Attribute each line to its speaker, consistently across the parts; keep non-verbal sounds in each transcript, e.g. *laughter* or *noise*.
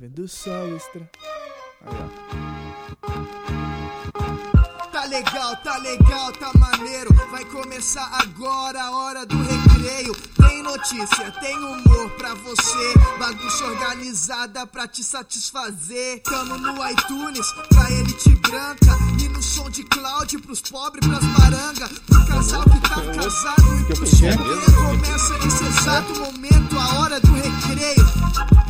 Speaker 1: vendo o sol extra. Aí, ó.
Speaker 2: Tá legal, tá legal, tá maneiro. Vai começar agora a hora do recreio. Tem notícia, tem humor pra você. Bagunça organizada pra te satisfazer. Tamo no iTunes pra elite branca. E no som de cloud pros pobres, pras baranga. Pro casal que tá casado e pro solteiro. Começa nesse exato momento a hora do recreio.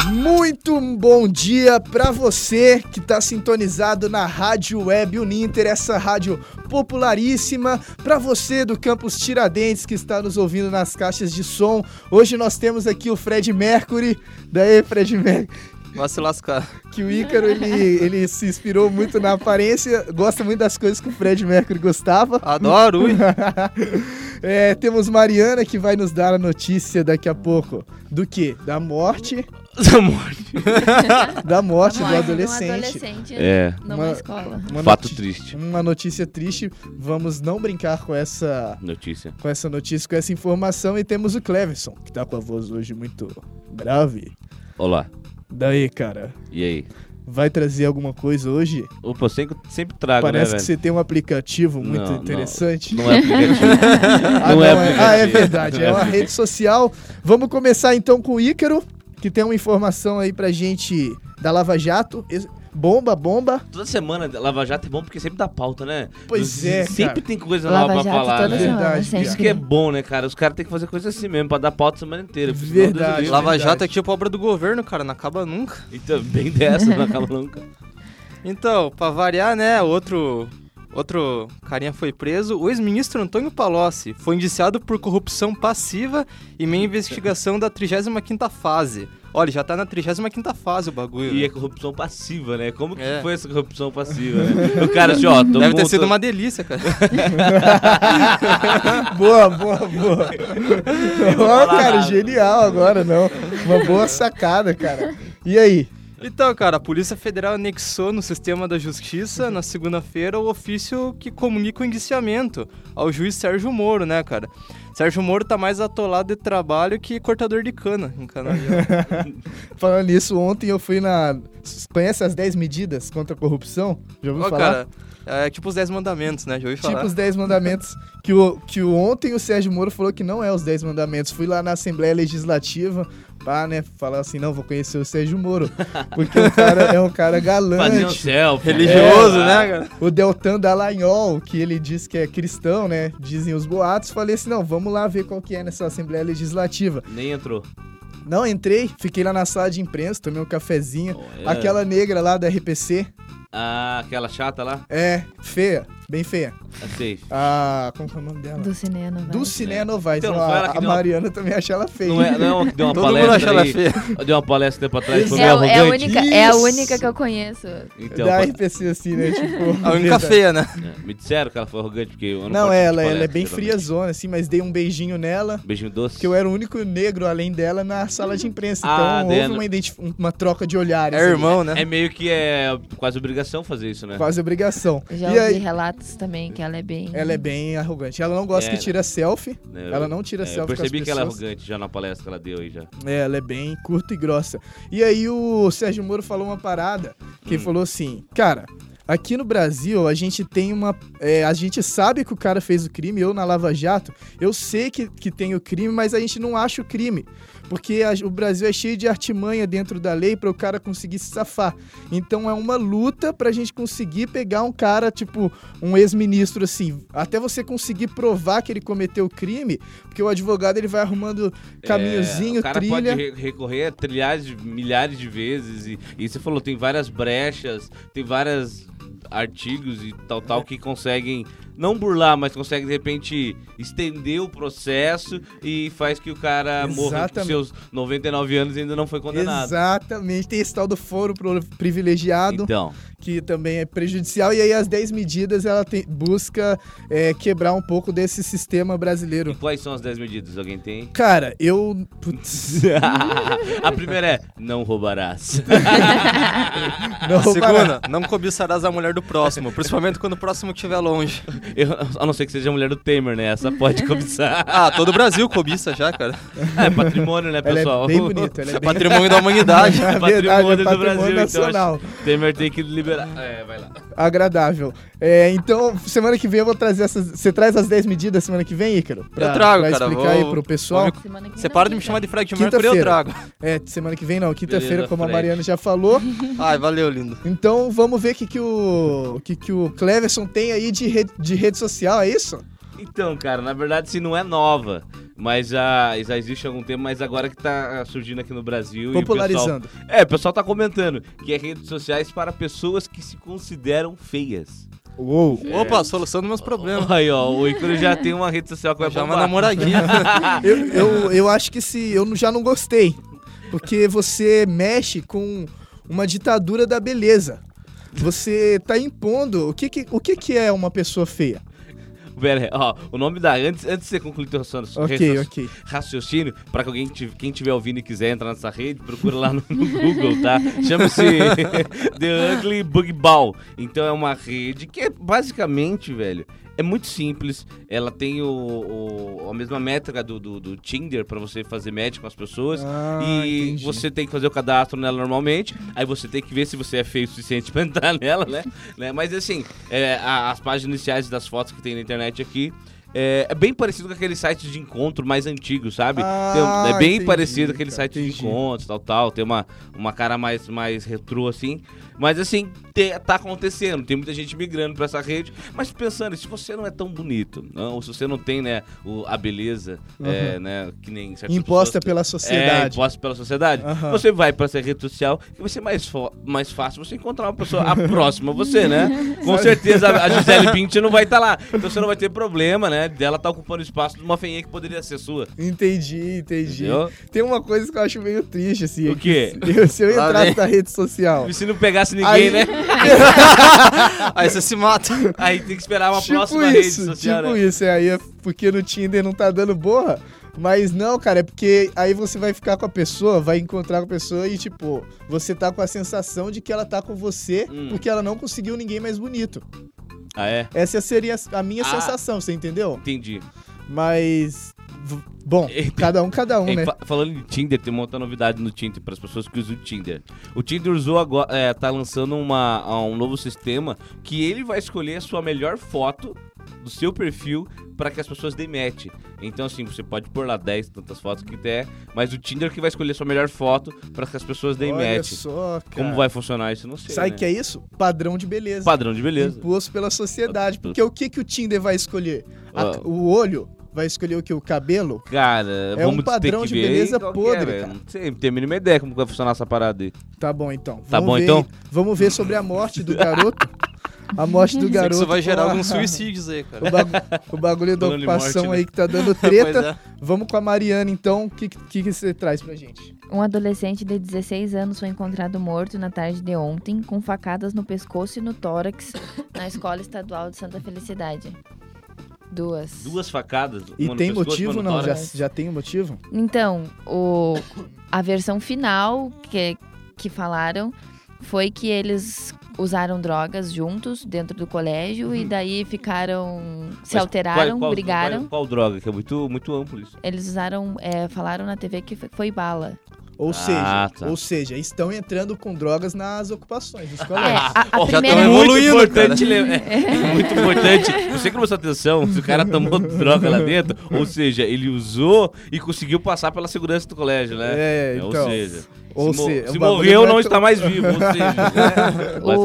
Speaker 1: Muito bom dia pra você que tá sintonizado na Rádio Web Uninter, essa rádio popularíssima. Pra você do Campus Tiradentes que está nos ouvindo nas caixas de som. Hoje nós temos aqui o Fred Mercury. Daí, Fred Mercury.
Speaker 3: Vai se lascar.
Speaker 1: que o Ícaro ele, ele se inspirou muito na aparência, gosta muito das coisas que o Fred Mercury gostava. *laughs*
Speaker 3: Adoro, *laughs* ui.
Speaker 1: É, temos Mariana que vai nos dar a notícia daqui a pouco. Do que? Da morte. Da morte,
Speaker 4: Morte
Speaker 1: do adolescente.
Speaker 4: De um adolescente
Speaker 5: É,
Speaker 4: numa
Speaker 1: Uma-
Speaker 4: escola.
Speaker 1: Uma
Speaker 5: fato
Speaker 1: noti-
Speaker 5: triste.
Speaker 1: Uma notícia triste. Vamos não brincar com essa,
Speaker 5: Notícia.
Speaker 1: com essa notícia, com essa informação. E temos o Cleverson, que tá com a voz hoje muito grave.
Speaker 5: Olá.
Speaker 1: Daí, cara,
Speaker 5: E aí?
Speaker 1: vai trazer alguma coisa hoje?
Speaker 5: Opa, eu sempre, sempre trago,
Speaker 1: Parece
Speaker 5: né,
Speaker 1: que
Speaker 5: velho?
Speaker 1: você tem um aplicativo muito
Speaker 5: Não, não.
Speaker 1: interessante.
Speaker 5: Não
Speaker 1: *laughs*
Speaker 5: é aplicativo.
Speaker 1: Ah,
Speaker 5: Não é
Speaker 1: Ah, é
Speaker 5: aplicativo.
Speaker 1: verdade. É uma rede social. Vamos começar então com o Ícaro, que tem uma informação aí pra gente da Lava Jato. Es- Bomba, bomba.
Speaker 5: Toda semana Lava Jato é bom porque sempre dá pauta, né?
Speaker 1: Pois é, cara.
Speaker 5: Sempre tem coisa
Speaker 4: Lava
Speaker 5: nova pra
Speaker 4: Jato
Speaker 5: falar,
Speaker 4: toda
Speaker 5: né?
Speaker 4: semana,
Speaker 1: Verdade,
Speaker 4: sempre.
Speaker 5: Isso que é bom, né, cara? Os caras têm que fazer coisa assim mesmo, pra dar pauta a semana inteira. porque senão
Speaker 1: Verdade.
Speaker 5: Deus me livre.
Speaker 3: Lava Jato é
Speaker 1: Verdade.
Speaker 3: tipo obra do governo, cara, não acaba nunca.
Speaker 5: E também dessa, não acaba nunca.
Speaker 3: Então, pra variar, né, outro outro carinha foi preso. O ex-ministro Antônio Palocci foi indiciado por corrupção passiva e meia investigação da 35ª fase. Olha, já tá na 35ª fase o bagulho.
Speaker 5: *laughs* E é
Speaker 3: né?
Speaker 5: corrupção passiva, né? Como que
Speaker 3: É.
Speaker 5: foi essa corrupção passiva, né? O cara *laughs* assim, ó, tô
Speaker 3: Deve ter
Speaker 5: montando-
Speaker 3: sido uma delícia, cara.
Speaker 1: *laughs* boa, boa, boa. Ó,
Speaker 5: falar
Speaker 1: cara,
Speaker 5: nada.
Speaker 1: genial agora, não. Uma boa sacada, cara. E aí?
Speaker 3: Então, cara, a Polícia Federal anexou no sistema da justiça na segunda-feira o ofício que comunica o indiciamento ao juiz Sérgio Moro, né, cara? Sérgio Moro tá mais atolado de trabalho que cortador de cana
Speaker 1: *laughs*
Speaker 3: em canavial.
Speaker 1: Falando nisso, ontem eu fui na. Conhece as 10 medidas contra a corrupção? Já ouviu
Speaker 3: Ó,
Speaker 1: falar?
Speaker 3: cara, é tipo os 10 mandamentos, né? Já ouvi falar.
Speaker 1: Tipo os 10 mandamentos que, o, que o, ontem o Sérgio Moro falou que não é os 10 mandamentos. Fui lá na Assembleia Legislativa pá, né, falar assim, não, vou conhecer o Sérgio Moro. Porque o cara é um cara
Speaker 5: Fazia um
Speaker 1: galante.
Speaker 5: selfie.
Speaker 3: Religioso,
Speaker 5: É,
Speaker 3: né,
Speaker 1: *laughs*
Speaker 3: cara?
Speaker 1: O Deltan Dallagnol, que ele diz que é cristão, né, dizem os boatos, falei assim, não, vamos lá ver qual que é nessa Assembleia Legislativa.
Speaker 5: Nem entrou.
Speaker 1: Não, entrei, fiquei lá na sala de imprensa, tomei um cafezinho.
Speaker 5: Olha.
Speaker 1: Aquela negra lá da RPC,
Speaker 5: Ah, aquela chata lá?
Speaker 1: é, feia, bem feia.
Speaker 5: A safe.
Speaker 1: Ah, como que é o nome dela?
Speaker 4: Do cinema, vai.
Speaker 1: Dulcinea Novaes.
Speaker 5: Então,
Speaker 1: não,
Speaker 5: foi ela
Speaker 1: a,
Speaker 5: que
Speaker 1: a
Speaker 5: deu uma-
Speaker 1: Mariana também acha ela feia.
Speaker 5: Não é, não é uma que deu uma
Speaker 3: Todo mundo
Speaker 5: palestra
Speaker 3: acha ela
Speaker 5: aí- Deu uma palestra tempo atrás e foi
Speaker 4: É,
Speaker 5: meio
Speaker 4: a- é a
Speaker 5: arrogante?
Speaker 4: única, é a
Speaker 1: Isso.
Speaker 4: única que eu conheço.
Speaker 5: Então,
Speaker 1: *laughs* da
Speaker 5: pa-
Speaker 1: RPC assim, né?
Speaker 5: *laughs*
Speaker 1: Tipo,
Speaker 3: A única
Speaker 1: verdade.
Speaker 3: feia, né?
Speaker 5: é, me disseram que ela foi arrogante, porque eu né? não
Speaker 1: Não,
Speaker 5: gosto de
Speaker 1: ela, ela é
Speaker 5: palestra,
Speaker 1: bem
Speaker 5: geralmente.
Speaker 1: friazona, assim, mas dei um beijinho nela.
Speaker 5: Beijinho doce.
Speaker 1: Porque eu era o único negro além dela na sala de imprensa. Então
Speaker 5: Ah,
Speaker 1: houve
Speaker 5: dela.
Speaker 1: uma, identif- uma troca de olhares.
Speaker 3: É
Speaker 1: ali.
Speaker 3: irmão, né?
Speaker 5: É meio que é quase obrigação fazer isso, né?
Speaker 1: Quase obrigação.
Speaker 4: Já
Speaker 1: e
Speaker 4: ouvi
Speaker 1: aí,
Speaker 4: relatos também que ela é bem.
Speaker 1: ela é bem arrogante. Ela não gosta
Speaker 5: É,
Speaker 1: que tira selfie.
Speaker 5: É,
Speaker 1: Ela não tira
Speaker 5: é,
Speaker 1: selfie
Speaker 5: Eu
Speaker 1: com as
Speaker 5: percebi que ela é
Speaker 1: pessoas.
Speaker 5: arrogante já na palestra que ela deu aí já.
Speaker 1: É, ela é bem curta e grossa. E aí o Sérgio Moro falou uma parada, que
Speaker 5: Hum.
Speaker 1: ele falou assim, cara, aqui no Brasil a gente tem uma... é, a gente sabe que o cara fez o crime, eu na Lava Jato, eu sei que, que tem o crime, mas a gente não acha o crime. Porque a- o Brasil é cheio de artimanha dentro da lei para o cara conseguir se safar. Então é uma luta pra gente conseguir pegar um cara, tipo, um ex-ministro assim, até você conseguir provar que ele cometeu o crime, porque o advogado ele vai arrumando caminhozinho,
Speaker 5: é, o cara
Speaker 1: trilha.
Speaker 5: pode re- recorrer a trilhares de milhares de vezes. E, e você falou, tem várias brechas, tem vários artigos e tal, tal, que conseguem não burlar, mas conseguem, de repente, estender o processo e faz que o cara morra com
Speaker 1: Exatamente.
Speaker 5: seus 99 anos e ainda não foi condenado.
Speaker 1: Exatamente. Tem esse tal do foro pro- privilegiado,
Speaker 5: Então,
Speaker 1: que também é prejudicial. E aí, as 10 medidas, ela tem- busca é, quebrar um pouco desse sistema
Speaker 5: E
Speaker 1: brasileiro.
Speaker 5: quais são as 10 medidas? Alguém tem? *laughs*
Speaker 1: Cara, eu.
Speaker 3: *laughs*
Speaker 1: Putz,
Speaker 5: a primeira é não
Speaker 1: *laughs*
Speaker 5: roubarás.
Speaker 1: não vou parar.
Speaker 3: Segunda, né, não cobiçarás a mulher do próximo, principalmente quando o próximo estiver longe.
Speaker 5: Eu- a não ser que seja a mulher do Temer, né? Essa pode cobiçar.
Speaker 3: Ah, todo o Brasil cobiça já, cara.
Speaker 5: É patrimônio, né,
Speaker 1: Ela
Speaker 5: pessoal?
Speaker 1: é bem
Speaker 5: *laughs*
Speaker 1: bonita, ela
Speaker 3: É
Speaker 1: é bem
Speaker 3: patrimônio da
Speaker 1: *laughs*
Speaker 3: humanidade.
Speaker 1: É
Speaker 5: patrimônio
Speaker 1: verdade, é
Speaker 5: do
Speaker 1: patrimônio
Speaker 5: Brasil,
Speaker 1: nacional.
Speaker 5: então acho que Temer tem que liberar. É, vai lá.
Speaker 1: agradável. É, então, semana que vem eu vou trazer essas. Você traz as 10 medidas semana que vem, Ícaro?
Speaker 3: Eu trago,
Speaker 1: pra
Speaker 3: cara,
Speaker 1: explicar aí
Speaker 3: vou-
Speaker 1: pro pessoal.
Speaker 4: Semana que vem
Speaker 3: Você
Speaker 4: não
Speaker 3: para de me
Speaker 4: fica.
Speaker 3: chamar de Fred Mercury, eu
Speaker 1: Quinta-feira.
Speaker 3: trago.
Speaker 1: É, semana que vem não, quinta-feira,
Speaker 5: Beleza,
Speaker 1: como a
Speaker 5: Fred.
Speaker 1: Mariana já falou.
Speaker 3: Ai, valeu, lindo.
Speaker 1: Então vamos ver o que, que o que, que o Cleverson tem aí de, re- de rede social, é isso?
Speaker 5: Então, cara, na verdade, se não é nova, mas já, já existe há algum tempo, mas agora que tá surgindo aqui no Brasil. e o pessoal-
Speaker 1: Popularizando.
Speaker 5: é, o pessoal tá comentando que é redes sociais para pessoas que se consideram feias.
Speaker 1: Uou.
Speaker 5: É.
Speaker 3: Opa, solucionando meus problemas.
Speaker 5: Aí, ó, o Icaro já tem uma rede social que *laughs* vai
Speaker 3: Já uma
Speaker 5: bombar.
Speaker 3: namoradinha.
Speaker 5: *laughs*
Speaker 1: Eu, eu, eu acho que se eu não- já não gostei, porque você mexe com uma ditadura da beleza. Você tá impondo o que, que- o que, que é uma pessoa feia.
Speaker 5: Pera, aí, ó, o nome da. Antes, antes de você concluir teu raciocínio,
Speaker 1: Ok, ok.
Speaker 5: raciocínio, pra que alguém tiv- quem estiver ouvindo e quiser entrar nessa rede, procura lá no, no Google, tá? Chama-se *laughs* The Ugly Bug Ball. Então é uma rede que é basicamente, velho, é muito simples. Ela tem o, o- a mesma métrica do, do, do Tinder pra você fazer match com as pessoas.
Speaker 1: Ah,
Speaker 5: e
Speaker 1: entendi.
Speaker 5: você tem que fazer o cadastro nela normalmente. Aí você tem que ver se você é feio o suficiente *laughs* pra entrar nela, né? né? Mas assim, é, a- as páginas iniciais das fotos que tem na internet aqui. É, é bem parecido com aqueles sites de encontro mais antigos, sabe?
Speaker 1: Ah,
Speaker 5: Tem um- é bem
Speaker 1: entendi,
Speaker 5: parecido aquele
Speaker 1: cara,
Speaker 5: site
Speaker 1: entendi.
Speaker 5: de encontros, tal, tal. Tem uma, uma cara mais, mais retrô, assim. Mas assim, te- tá acontecendo. Tem muita gente migrando pra essa rede. Mas pensando, e se você não é tão bonito, não, ou se você não tem, né, o- a beleza, é, né, que nem certas
Speaker 1: Imposta
Speaker 5: pessoas-
Speaker 1: pela
Speaker 5: é,
Speaker 1: sociedade.
Speaker 5: imposto pela sociedade.
Speaker 1: Aham.
Speaker 5: Você vai pra essa rede social e vai ser mais, fo- mais fácil você encontrar uma pessoa a próxima a você,
Speaker 1: *laughs*
Speaker 5: né? Com certeza a a Gisele Bündchen não vai estar lá. Então você não vai ter problema, né? Dela tá ocupando espaço de uma feinha que poderia ser sua.
Speaker 1: Entendi, entendi.
Speaker 5: Entendeu?
Speaker 1: Tem uma coisa que eu acho meio triste, assim.
Speaker 5: O
Speaker 1: é que
Speaker 5: quê?
Speaker 1: Se se eu
Speaker 3: Lá
Speaker 1: entrasse
Speaker 3: vem.
Speaker 1: na rede social.
Speaker 5: E se não pegasse ninguém,
Speaker 1: Aí-
Speaker 5: né?
Speaker 3: Aí você se mata.
Speaker 5: Aí tem que esperar
Speaker 1: *laughs*
Speaker 5: uma
Speaker 1: tipo
Speaker 5: próxima rede
Speaker 1: isso,
Speaker 5: social.
Speaker 1: tipo
Speaker 5: né?
Speaker 1: isso. É, aí é porque no Tinder não tá dando boa. Mas não, cara, é porque aí você vai ficar com a pessoa, vai encontrar com a pessoa e, tipo, você tá com a sensação de que ela tá com você
Speaker 5: Hum.
Speaker 1: porque ela não conseguiu ninguém mais bonito.
Speaker 5: Ah, é?
Speaker 1: Essa seria a minha
Speaker 5: Ah.
Speaker 1: sensação, você entendeu?
Speaker 5: Entendi.
Speaker 1: Mas. v- Bom,
Speaker 5: Ei,
Speaker 1: cada um, cada um,
Speaker 5: Ei,
Speaker 1: né?
Speaker 5: fa- falando de Tinder, tem uma outra novidade no Tinder para as pessoas que usam o Tinder. O Tinder usou agora, é, tá lançando uma, a- um novo sistema que ele vai escolher a sua melhor foto do seu perfil para que as pessoas deem match. Então assim, você pode pôr lá 10 tantas fotos que der, mas o Tinder que vai escolher a sua melhor foto para que as pessoas deem
Speaker 1: Olha
Speaker 5: match.
Speaker 1: só, cara.
Speaker 5: Como vai funcionar isso, eu não sei.
Speaker 1: Sabe o
Speaker 5: né?
Speaker 1: que é isso? Padrão de beleza.
Speaker 5: Padrão de beleza. Tá
Speaker 1: Imposto pela sociedade. Porque o que, que o Tinder vai escolher? A-
Speaker 5: Ah.
Speaker 1: o olho? Vai escolher o que? O cabelo?
Speaker 5: Cara,
Speaker 1: É um
Speaker 5: vamos ter
Speaker 1: padrão
Speaker 5: que
Speaker 1: de
Speaker 5: ver
Speaker 1: beleza
Speaker 5: qual que
Speaker 1: podre,
Speaker 5: velho.
Speaker 1: cara.
Speaker 5: Não sei, não tenho a mínima ideia como que vai funcionar essa parada aí.
Speaker 1: Tá bom, então.
Speaker 5: Tá
Speaker 1: Vamos
Speaker 5: bom,
Speaker 1: ver-
Speaker 5: então?
Speaker 1: Vamos ver sobre a morte do garoto. A morte do garoto.
Speaker 3: Isso vai gerar
Speaker 1: com a-
Speaker 3: alguns suicídios aí,
Speaker 1: O,
Speaker 3: cara.
Speaker 1: bagu- o bagulho da
Speaker 5: Falando em
Speaker 1: ocupação
Speaker 5: morte, né?
Speaker 1: aí que tá dando
Speaker 3: Pois
Speaker 1: treta.
Speaker 3: é.
Speaker 1: Vamos com a Mariana, então. O que, que, que você traz pra gente?
Speaker 4: Um adolescente de 16 anos foi encontrado morto na tarde de ontem, com facadas no pescoço e no tórax, na Escola Estadual de Santa Felicidade. Duas.
Speaker 5: Duas facadas.
Speaker 1: E
Speaker 5: uma no
Speaker 1: tem
Speaker 5: pescoço, uma
Speaker 1: motivo,
Speaker 5: no
Speaker 1: não?
Speaker 5: tórax.
Speaker 1: Já,
Speaker 4: tórax.
Speaker 1: já tem um motivo?
Speaker 4: Então, o, a versão final que, que falaram foi que eles usaram drogas juntos dentro do colégio e daí ficaram. se
Speaker 5: Uhum. Mas
Speaker 4: alteraram,
Speaker 5: qual- qual-
Speaker 4: brigaram.
Speaker 5: Qual, qual droga? Que é muito, muito amplo isso.
Speaker 4: Eles usaram. é, falaram na TV que foi- foi bala.
Speaker 1: Ou
Speaker 5: Ah,
Speaker 1: seja,
Speaker 5: tá.
Speaker 1: ou seja, estão entrando com drogas nas ocupações dos
Speaker 4: É,
Speaker 1: colégios.
Speaker 4: a, a
Speaker 5: Ah, Ó, já
Speaker 4: primeira.
Speaker 5: tão
Speaker 3: evoluindo,
Speaker 5: muito
Speaker 4: *laughs*
Speaker 5: importante, le- é, muito importante. Você que não prestou atenção, se o cara tomou droga lá dentro, ou seja, ele usou e conseguiu passar pela segurança do colégio, né?
Speaker 1: É,
Speaker 5: ou
Speaker 1: então.
Speaker 5: seja,
Speaker 1: ou
Speaker 5: se, mo-
Speaker 1: seja,
Speaker 5: se
Speaker 1: o bagulho
Speaker 5: morreu,
Speaker 1: é
Speaker 5: não
Speaker 1: tão-
Speaker 5: está mais vivo. Ou seja,
Speaker 1: *laughs*
Speaker 5: né? Mas-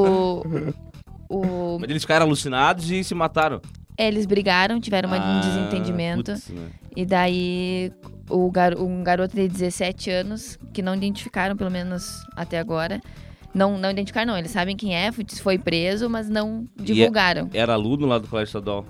Speaker 4: O, o,
Speaker 5: mas eles ficaram alucinados e se mataram.
Speaker 4: eles brigaram, tiveram uma-
Speaker 5: Ah,
Speaker 4: um desentendimento.
Speaker 5: putz, né?
Speaker 4: E daí, o gar- um garoto de 17 anos, que não identificaram, pelo menos até agora. Não, não identificaram, não. Eles sabem quem é, foi- foi preso, mas não
Speaker 5: é
Speaker 4: divulgaram.
Speaker 5: Era aluno lá do colégio estadual.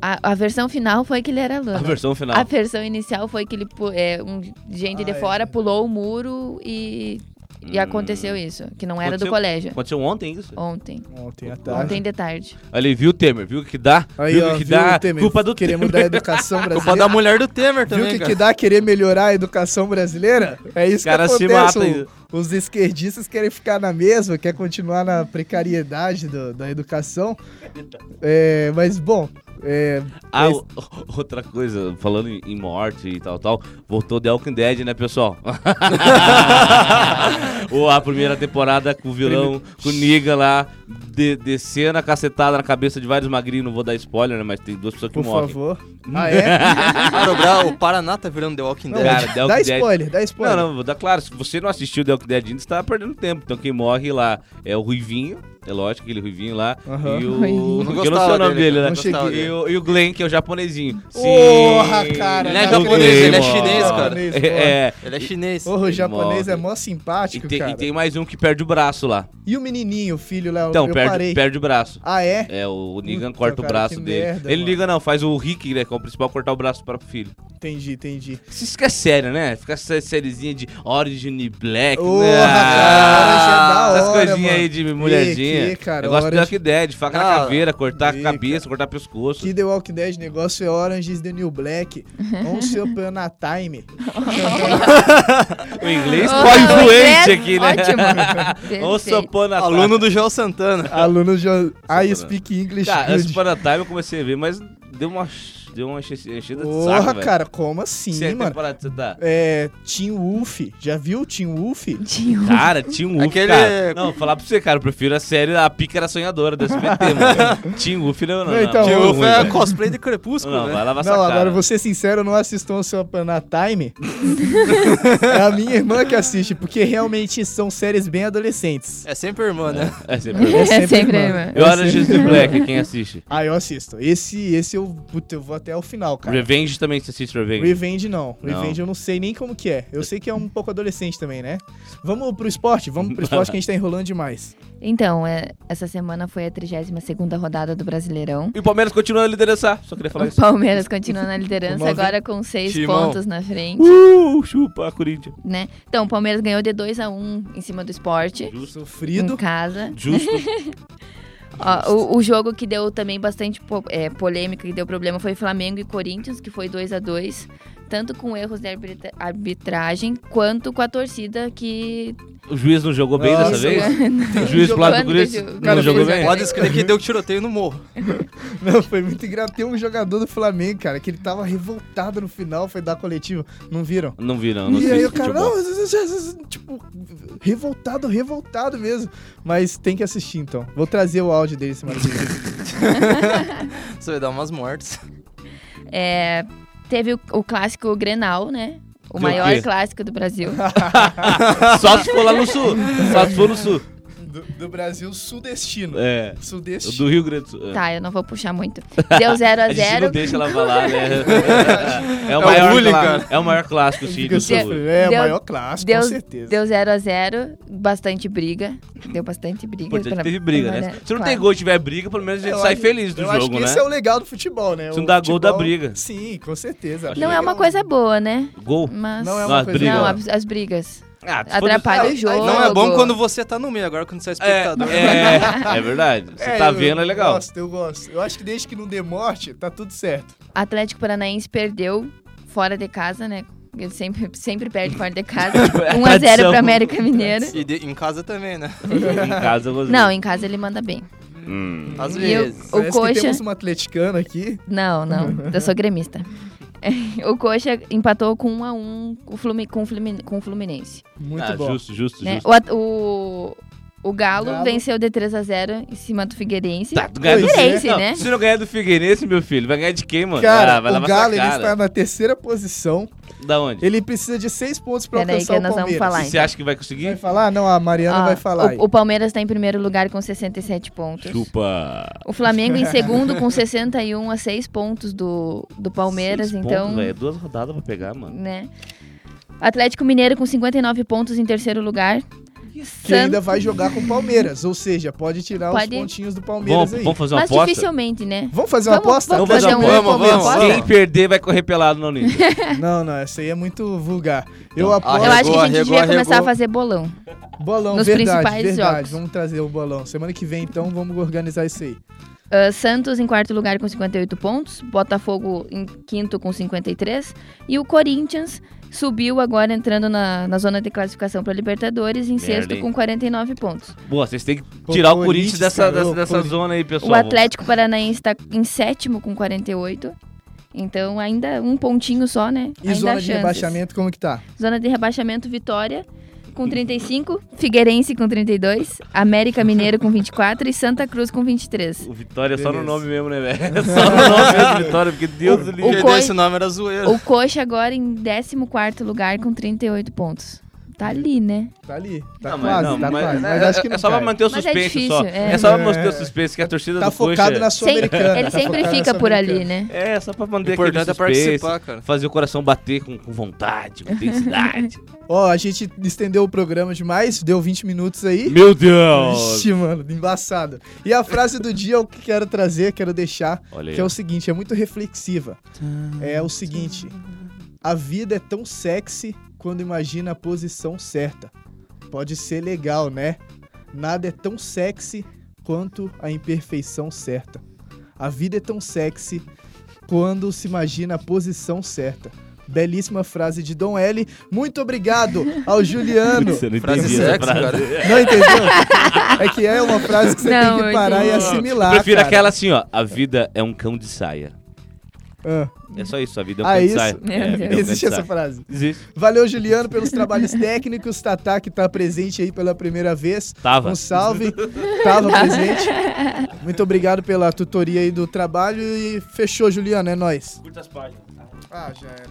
Speaker 4: A, a versão final foi que ele era
Speaker 5: A
Speaker 4: aluno.
Speaker 5: versão final.
Speaker 4: A versão inicial foi que ele pu- é, um gente
Speaker 1: Ah,
Speaker 4: de
Speaker 1: é
Speaker 4: fora
Speaker 1: verdade.
Speaker 4: pulou o muro e E aconteceu isso, que não era do
Speaker 5: Hum. Aconteceu-
Speaker 4: colégio.
Speaker 5: Aconteceu ontem isso?
Speaker 4: Ontem.
Speaker 1: Ontem à tarde.
Speaker 4: Ontem de tarde.
Speaker 5: Ali, viu, Temer? Viu o que dá?
Speaker 1: Aí,
Speaker 5: viu
Speaker 1: ó,
Speaker 5: o que
Speaker 1: viu,
Speaker 5: dá?
Speaker 1: Temer?
Speaker 5: Culpa do
Speaker 1: Querer
Speaker 5: Temer.
Speaker 1: mudar a
Speaker 5: *laughs*
Speaker 1: educação
Speaker 3: Culpa da
Speaker 1: brasileira.
Speaker 3: mulher do Temer
Speaker 1: Viu o
Speaker 3: também,
Speaker 1: que,
Speaker 3: cara.
Speaker 1: que
Speaker 3: *laughs*
Speaker 1: dá querer melhorar a educação brasileira? É isso
Speaker 5: Os caras
Speaker 1: que
Speaker 5: se
Speaker 1: acontece.
Speaker 5: matam
Speaker 1: o- Os esquerdistas querem ficar na mesma, quer continuar na precariedade do- da educação. É, mas, bom, é,
Speaker 5: Ah,
Speaker 1: Mas-
Speaker 5: o- *laughs* outra coisa, falando em- em morte e tal, tal, voltou The Walking Dead, né, pessoal? *laughs* Ou a primeira temporada com o vilão, com o Niga lá, de, descendo a cacetada na cabeça de vários magrinhos, não vou dar spoiler, né, mas tem duas pessoas que
Speaker 1: por
Speaker 5: morrem. *laughs*
Speaker 1: favor. Ah, é?
Speaker 3: Cara, o Bra- o Paraná tá virando The Walking
Speaker 1: Não,
Speaker 3: Dead.
Speaker 5: Cara, The
Speaker 1: dá
Speaker 5: Walking Dead-
Speaker 1: spoiler, dá
Speaker 5: Não,
Speaker 1: spoiler.
Speaker 5: não, vou dar claro, se você não assistiu The Walking Dead ainda, você tá perdendo tempo. Então quem morre lá é o Ruivinho, é lógico, aquele Ruivinho lá,
Speaker 1: Aham.
Speaker 5: e o...
Speaker 4: Ruivinho.
Speaker 5: que Eu não sei o nome dele, né?
Speaker 1: Não cheguei.
Speaker 3: Gostava
Speaker 5: E
Speaker 3: dele.
Speaker 5: o, e o Glenn, que é o japonesinho.
Speaker 1: Porra, cara,
Speaker 3: Ele é
Speaker 5: o
Speaker 3: japonês,
Speaker 5: Glenn,
Speaker 3: ele é
Speaker 5: mano.
Speaker 3: chinês, cara.
Speaker 1: Japonês, porra.
Speaker 5: É, é.
Speaker 3: Ele é chinês.
Speaker 1: Porra, o
Speaker 5: Ele
Speaker 1: japonês
Speaker 5: morre.
Speaker 1: é mó
Speaker 5: E
Speaker 1: simpático,
Speaker 5: tem,
Speaker 1: cara.
Speaker 5: e tem mais um que perde o braço lá.
Speaker 1: E o menininho, o filho lá,
Speaker 5: Então,
Speaker 1: eu
Speaker 5: perde,
Speaker 1: parei.
Speaker 5: perde o braço.
Speaker 1: Ah, é?
Speaker 5: É, o Negan
Speaker 1: Puta,
Speaker 5: corta o
Speaker 1: cara,
Speaker 5: braço
Speaker 1: que
Speaker 5: dele.
Speaker 1: merda,
Speaker 5: Ele
Speaker 1: mano.
Speaker 5: liga não, faz o Rick, né, que é o principal, cortar o braço para o filho.
Speaker 1: Entendi, entendi.
Speaker 5: Isso que é sério, né? Fica essa sériezinha de Origin e Black,
Speaker 1: Porra,
Speaker 5: né? Ah,
Speaker 1: cara, isso é da
Speaker 5: essas
Speaker 1: hora,
Speaker 5: coisinhas
Speaker 1: mano.
Speaker 5: aí de mulherzinha.
Speaker 1: Que, cara,
Speaker 5: Eu gosto de
Speaker 1: Orange-
Speaker 5: Dark Dead, faca na
Speaker 3: Ah,
Speaker 5: caveira, cortar
Speaker 1: que,
Speaker 5: a cabeça, cortar pescoço.
Speaker 1: Que The Walking Dead negócio é Orange is the New Black. Once upon a time.
Speaker 5: *laughs* O inglês
Speaker 1: Ah,
Speaker 4: Oh, *laughs*
Speaker 5: qual
Speaker 4: inglês,
Speaker 1: é
Speaker 5: influente aqui, *laughs* né?
Speaker 4: ótimo.
Speaker 5: Ou
Speaker 4: Perfeito.
Speaker 5: sopana
Speaker 3: Aluno do Joel Santana.
Speaker 1: Aluno de... I
Speaker 5: Sopana.
Speaker 1: speak English
Speaker 5: Cara,
Speaker 1: good.
Speaker 5: esse Upon Time eu comecei a ver, mas deu uma, deu uma enche- enchida de saco,
Speaker 1: Porra,
Speaker 5: velho.
Speaker 1: cara, como assim,
Speaker 5: Você é
Speaker 1: mano?
Speaker 5: temporada que você tá?
Speaker 1: É, Tim Wolf. Já viu o Tim Wolf?
Speaker 4: Tio.
Speaker 5: Cara, tinha um Wolf,
Speaker 3: Aquele-
Speaker 5: cara. Não, falar pra você, cara, eu prefiro a série A Pícara Sonhadora do SBT, mano.
Speaker 1: *laughs*
Speaker 5: Tinha Wolf, não, não.
Speaker 1: Não, então,
Speaker 5: Teen
Speaker 1: Tim Wolf
Speaker 5: Wolf
Speaker 3: Tio
Speaker 5: ruim,
Speaker 3: é
Speaker 5: velho.
Speaker 3: cosplay de Crepúsculo,
Speaker 5: Não,
Speaker 3: né?
Speaker 5: vai lavar
Speaker 1: Não,
Speaker 5: essa cara.
Speaker 1: agora vou ser sincero, eu não assistam o seu Pana
Speaker 5: *laughs*
Speaker 1: Time. é a minha irmã que assiste, porque realmente são séries bem adolescentes.
Speaker 3: É sempre irmã, né?
Speaker 5: *laughs* É sempre bom.
Speaker 4: É sempre
Speaker 1: irmã.
Speaker 4: irmã.
Speaker 5: E Orange
Speaker 1: sempre-
Speaker 5: is the Black, quem assiste?
Speaker 1: *laughs* Ah, eu assisto. Esse, esse eu, puta, eu vou até o final, cara.
Speaker 5: Revenge também, você assiste Revenge?
Speaker 1: Revenge não.
Speaker 5: Não.
Speaker 1: Revenge eu não sei nem como que é. Eu sei que é um pouco adolescente também, né? Vamos pro esporte? Vamos
Speaker 5: *laughs*
Speaker 1: pro esporte que a gente tá enrolando demais.
Speaker 4: Então, é, essa semana foi a 32ª rodada do Brasileirão.
Speaker 5: E o Palmeiras continua a liderança. Só queria falar
Speaker 4: O
Speaker 5: isso.
Speaker 4: Palmeiras
Speaker 5: *laughs*
Speaker 4: continua na liderança
Speaker 1: Uma vez-
Speaker 4: agora com seis
Speaker 3: Timão.
Speaker 4: pontos na frente,
Speaker 5: Uh, chupa, Corinthians.
Speaker 4: né? Então, o Palmeiras ganhou de 2 a 1 em cima do esporte,
Speaker 5: Justo.
Speaker 4: em
Speaker 1: Sofrido.
Speaker 4: casa.
Speaker 5: Justo.
Speaker 4: Ó, o, o jogo que deu também bastante po- é, polêmica, que deu problema, foi Flamengo e Corinthians, que foi 2 a 2 tanto com erros de arbitra- arbitragem, quanto com a torcida que...
Speaker 5: O juiz não jogou bem
Speaker 1: Nossa,
Speaker 5: dessa vez? O
Speaker 1: Tem jogo-
Speaker 5: juiz pro lado do
Speaker 4: Quando
Speaker 5: Corinthians
Speaker 4: o-
Speaker 5: não
Speaker 4: cara,
Speaker 5: jogou
Speaker 4: fez
Speaker 5: bem?
Speaker 4: a-
Speaker 3: Pode escrever que deu tiroteio no morro.
Speaker 1: Não, foi muito ingrato. Tem um jogador do Flamengo, cara, que ele tava revoltado no final, foi dar coletiva. Não viram?
Speaker 5: Não vi, não. Não
Speaker 1: e
Speaker 5: sei
Speaker 1: aí
Speaker 5: se
Speaker 1: o cara,
Speaker 5: futebol.
Speaker 1: não, z- z- z- z- tipo, revoltado, revoltado mesmo. Mas tem que assistir então. Vou trazer o áudio dele semana que vem.
Speaker 3: Você vai dar umas mortes.
Speaker 4: É, teve o, o clássico Grenal, né? O
Speaker 5: Que o
Speaker 4: maior
Speaker 5: quê?
Speaker 4: clássico do
Speaker 5: *laughs*
Speaker 4: Brasil.
Speaker 5: Só se for lá no sul. Só se for no sul.
Speaker 1: *laughs* do, do Brasil sudestino.
Speaker 5: É. o
Speaker 1: Sudestino.
Speaker 5: Do Rio Grande do Sul. É.
Speaker 4: Tá, eu não vou puxar muito. Deu 0
Speaker 5: *laughs* A
Speaker 4: a
Speaker 5: gente
Speaker 4: 0
Speaker 5: não deixa ela falar, né? É o
Speaker 3: É o
Speaker 5: maior,
Speaker 3: bullying,
Speaker 5: clá-
Speaker 3: cara.
Speaker 5: É o maior clássico, sim, do
Speaker 1: Fica
Speaker 5: sul.
Speaker 1: sofrendo. É, o
Speaker 4: Deu-
Speaker 1: maior clássico,
Speaker 4: deu-
Speaker 1: com certeza.
Speaker 4: Deu 0 a 0 bastante briga. Deu bastante briga.
Speaker 5: Importante
Speaker 4: pra-
Speaker 5: que teve briga, né?
Speaker 4: pra-
Speaker 5: Se não
Speaker 4: claro.
Speaker 5: tem gol e tiver briga, pelo menos a gente
Speaker 1: Eu
Speaker 5: sai
Speaker 1: acho-
Speaker 5: feliz do
Speaker 1: eu
Speaker 5: jogo,
Speaker 1: acho que
Speaker 5: né?
Speaker 1: isso é o legal do futebol, né?
Speaker 5: Se não
Speaker 1: O
Speaker 5: dá gol, dá
Speaker 1: futebol-
Speaker 5: briga.
Speaker 1: Sim, com certeza.
Speaker 4: Não é uma coisa boa, né?
Speaker 5: Gol.
Speaker 4: Mas.
Speaker 1: Não é uma
Speaker 5: Não,
Speaker 1: coisa
Speaker 5: briga.
Speaker 4: Não,
Speaker 1: boa.
Speaker 4: as, as brigas.
Speaker 5: Ah, se for
Speaker 4: Atrapalha
Speaker 1: aí-
Speaker 4: o jogo.
Speaker 1: aí
Speaker 3: Não é bom quando você tá no meio, agora quando você é
Speaker 5: É,
Speaker 3: espectador.
Speaker 5: *laughs* é, é verdade. Você tá vendo, é
Speaker 1: Eu
Speaker 5: legal.
Speaker 1: gosto, eu gosto. Eu acho que desde que não dê morte, tá tudo certo.
Speaker 4: Atlético Paranaense perdeu fora de casa, né? Ele sempre, sempre perde
Speaker 5: *laughs*
Speaker 4: fora de casa.
Speaker 5: É
Speaker 4: 1 a 0
Speaker 5: tradição.
Speaker 4: pra América Mineiro.
Speaker 3: E de- em casa também, né?
Speaker 5: em casa eu gostei.
Speaker 4: Não, em casa ele manda bem.
Speaker 5: Hum.
Speaker 3: Às
Speaker 4: E
Speaker 3: vezes.
Speaker 4: O
Speaker 1: Parece que
Speaker 4: Coxa-
Speaker 1: temos uma atleticana aqui.
Speaker 4: Não, não. Eu sou gremista. *laughs* O Coxa empatou com 1 a 1 com o Flumi- com o Flumi- com o Fluminense.
Speaker 1: Muito
Speaker 5: Ah,
Speaker 1: bom.
Speaker 5: Justo, justo,
Speaker 4: né?
Speaker 5: justo.
Speaker 4: O, at- o, o Galo,
Speaker 1: Galo.
Speaker 4: venceu de 3 a 0 em cima do Figueirense.
Speaker 5: Tá, tu ganha do
Speaker 1: Pois é.
Speaker 4: Figueirense,
Speaker 5: Não,
Speaker 4: né?
Speaker 5: Se não ganhar do Figueirense, meu filho, vai ganhar de quem, mano?
Speaker 1: Cara,
Speaker 5: ah, vai
Speaker 1: o
Speaker 5: lavar
Speaker 1: Galo
Speaker 5: essa
Speaker 1: ele
Speaker 5: cara.
Speaker 1: está na terceira posição.
Speaker 5: Da onde?
Speaker 1: Ele precisa de seis pontos pra
Speaker 4: Peraí,
Speaker 1: alcançar
Speaker 4: que
Speaker 1: o
Speaker 4: nós
Speaker 1: Palmeiras.
Speaker 4: vamos falar.
Speaker 5: E Você acha que vai conseguir?
Speaker 1: Vai falar? Não, a Mariana
Speaker 4: Ó,
Speaker 1: vai falar aí.
Speaker 4: o, o Palmeiras está em primeiro lugar com 67 pontos.
Speaker 5: Chupa.
Speaker 4: O Flamengo em segundo com 61 a 6 pontos do, do Palmeiras,
Speaker 5: Seis
Speaker 4: então,
Speaker 5: pontos, velho, duas rodadas pra pegar, mano.
Speaker 4: né? Atlético Mineiro com 59 pontos em terceiro lugar. Que
Speaker 1: que ainda vai jogar com o Palmeiras. Ou seja, pode tirar
Speaker 4: Pode-
Speaker 1: os pontinhos do Palmeiras
Speaker 5: Vamos,
Speaker 1: aí.
Speaker 5: vamos fazer uma
Speaker 4: Mas
Speaker 5: aposta?
Speaker 4: dificilmente, né?
Speaker 1: Vamos fazer uma
Speaker 4: Vamos-
Speaker 1: aposta?
Speaker 4: vamos
Speaker 5: Vamos fazer
Speaker 4: Fazer
Speaker 5: uma
Speaker 4: um-
Speaker 5: aposta?
Speaker 4: vamos fazer uma
Speaker 5: Quem
Speaker 4: aposta?
Speaker 5: perder vai correr pelado no Olímpia.
Speaker 4: *laughs*
Speaker 1: Não, não, essa aí é muito vulgar. Eu
Speaker 5: Não,
Speaker 1: aposto.
Speaker 4: Eu acho que a gente
Speaker 3: Arregou,
Speaker 4: devia
Speaker 3: arregou.
Speaker 4: começar a fazer bolão.
Speaker 1: Bolão,
Speaker 4: nos
Speaker 1: verdade,
Speaker 4: principais
Speaker 1: verdade.
Speaker 4: jogos.
Speaker 1: Vamos trazer o bolão. Semana que vem, então, vamos organizar isso aí.
Speaker 4: Ah, Santos em quarto lugar com 58 pontos, Botafogo em quinto com 53 e o Corinthians subiu agora entrando na, na zona de classificação para Libertadores em sexto
Speaker 5: hein?
Speaker 4: com 49 pontos.
Speaker 5: Boa, vocês têm que tirar o Corinthians
Speaker 1: Corinthians,
Speaker 5: dessa,
Speaker 1: cara,
Speaker 5: dessa,
Speaker 1: ô,
Speaker 5: dessa
Speaker 1: Corinthians.
Speaker 5: zona aí, pessoal.
Speaker 4: O Atlético Paranaense está em sétimo com 48. Então ainda um pontinho só, né?
Speaker 1: E
Speaker 4: ainda
Speaker 1: zona
Speaker 4: há
Speaker 1: de
Speaker 4: chances.
Speaker 1: rebaixamento, como que tá?
Speaker 4: Zona de rebaixamento Vitória com 35, Figueirense com 32, América Mineiro com 24 e Santa Cruz com 23.
Speaker 5: O Vitória é só no
Speaker 1: Beleza.
Speaker 5: nome mesmo, né, velho? *laughs* É só no nome mesmo, Vitória, porque Deus do
Speaker 4: o
Speaker 5: livre.
Speaker 4: Coi-
Speaker 3: Esse nome era zoeira.
Speaker 4: O Coxa agora em 14º lugar com 38 pontos. Tá ali, né?
Speaker 1: Tá ali. Tá
Speaker 5: Não, mas-
Speaker 1: quase,
Speaker 5: não,
Speaker 1: tá
Speaker 5: mas-
Speaker 1: quase.
Speaker 5: é-
Speaker 1: Mas acho que
Speaker 5: é
Speaker 1: não
Speaker 5: só pra
Speaker 1: cai.
Speaker 5: manter o
Speaker 4: Mas é
Speaker 5: suspense
Speaker 4: difícil,
Speaker 5: só.
Speaker 4: é.
Speaker 5: É, só pra
Speaker 1: É.
Speaker 5: manter o suspense, que a torcida
Speaker 1: Tá
Speaker 5: do é. Coxa-
Speaker 1: focado na Sul-Americana.
Speaker 4: ele
Speaker 1: tá
Speaker 4: sempre
Speaker 1: focado na
Speaker 4: fica por ali,
Speaker 1: Sul-Americana.
Speaker 4: né?
Speaker 5: É, só pra
Speaker 3: O
Speaker 5: manter aquele
Speaker 3: importante é
Speaker 5: suspense.
Speaker 3: participar, cara.
Speaker 5: fazer o coração bater com, com vontade, com intensidade. *laughs*
Speaker 1: Ó, a gente estendeu o programa demais, deu 20 minutos aí.
Speaker 5: Meu Deus!
Speaker 1: Ixi, mano, embaçado. E a frase do dia eu quero trazer, quero deixar,
Speaker 5: Olha aí.
Speaker 1: que é o seguinte, é muito reflexiva. É o seguinte, a vida é tão sexy quando imagina a posição certa. Pode ser legal, né? Nada é tão sexy quanto a imperfeição certa. A vida é tão sexy quando se imagina a posição certa. Belíssima frase de Dom L. Muito obrigado ao Juliano.
Speaker 5: *laughs* Você não
Speaker 3: Frase
Speaker 5: entendi essa
Speaker 3: sexy,
Speaker 5: frase.
Speaker 3: cara.
Speaker 1: Não entendeu? É que é uma frase que você
Speaker 4: Não,
Speaker 1: tem
Speaker 4: eu
Speaker 1: que parar e
Speaker 4: entendi.
Speaker 1: assimilar.
Speaker 5: Prefiro
Speaker 1: cara.
Speaker 5: aquela assim, ó. A vida é um cão de saia.
Speaker 1: Ah,
Speaker 5: É só isso, a vida é um
Speaker 1: Ah,
Speaker 5: cão de
Speaker 1: isso?
Speaker 5: saia.
Speaker 4: Meu
Speaker 5: É, a vida é um
Speaker 4: Deus.
Speaker 5: cão de
Speaker 1: existe essa
Speaker 5: saia.
Speaker 1: frase.
Speaker 5: Existe.
Speaker 1: Valeu, Juliano, pelos trabalhos técnicos. Tatá, que tá presente aí pela primeira vez.
Speaker 5: Tava.
Speaker 1: Um salve. Tava presente. Muito obrigado pela tutoria aí do trabalho. E fechou, Juliano. É nóis.
Speaker 5: Curta as páginas.
Speaker 1: Ah, já era.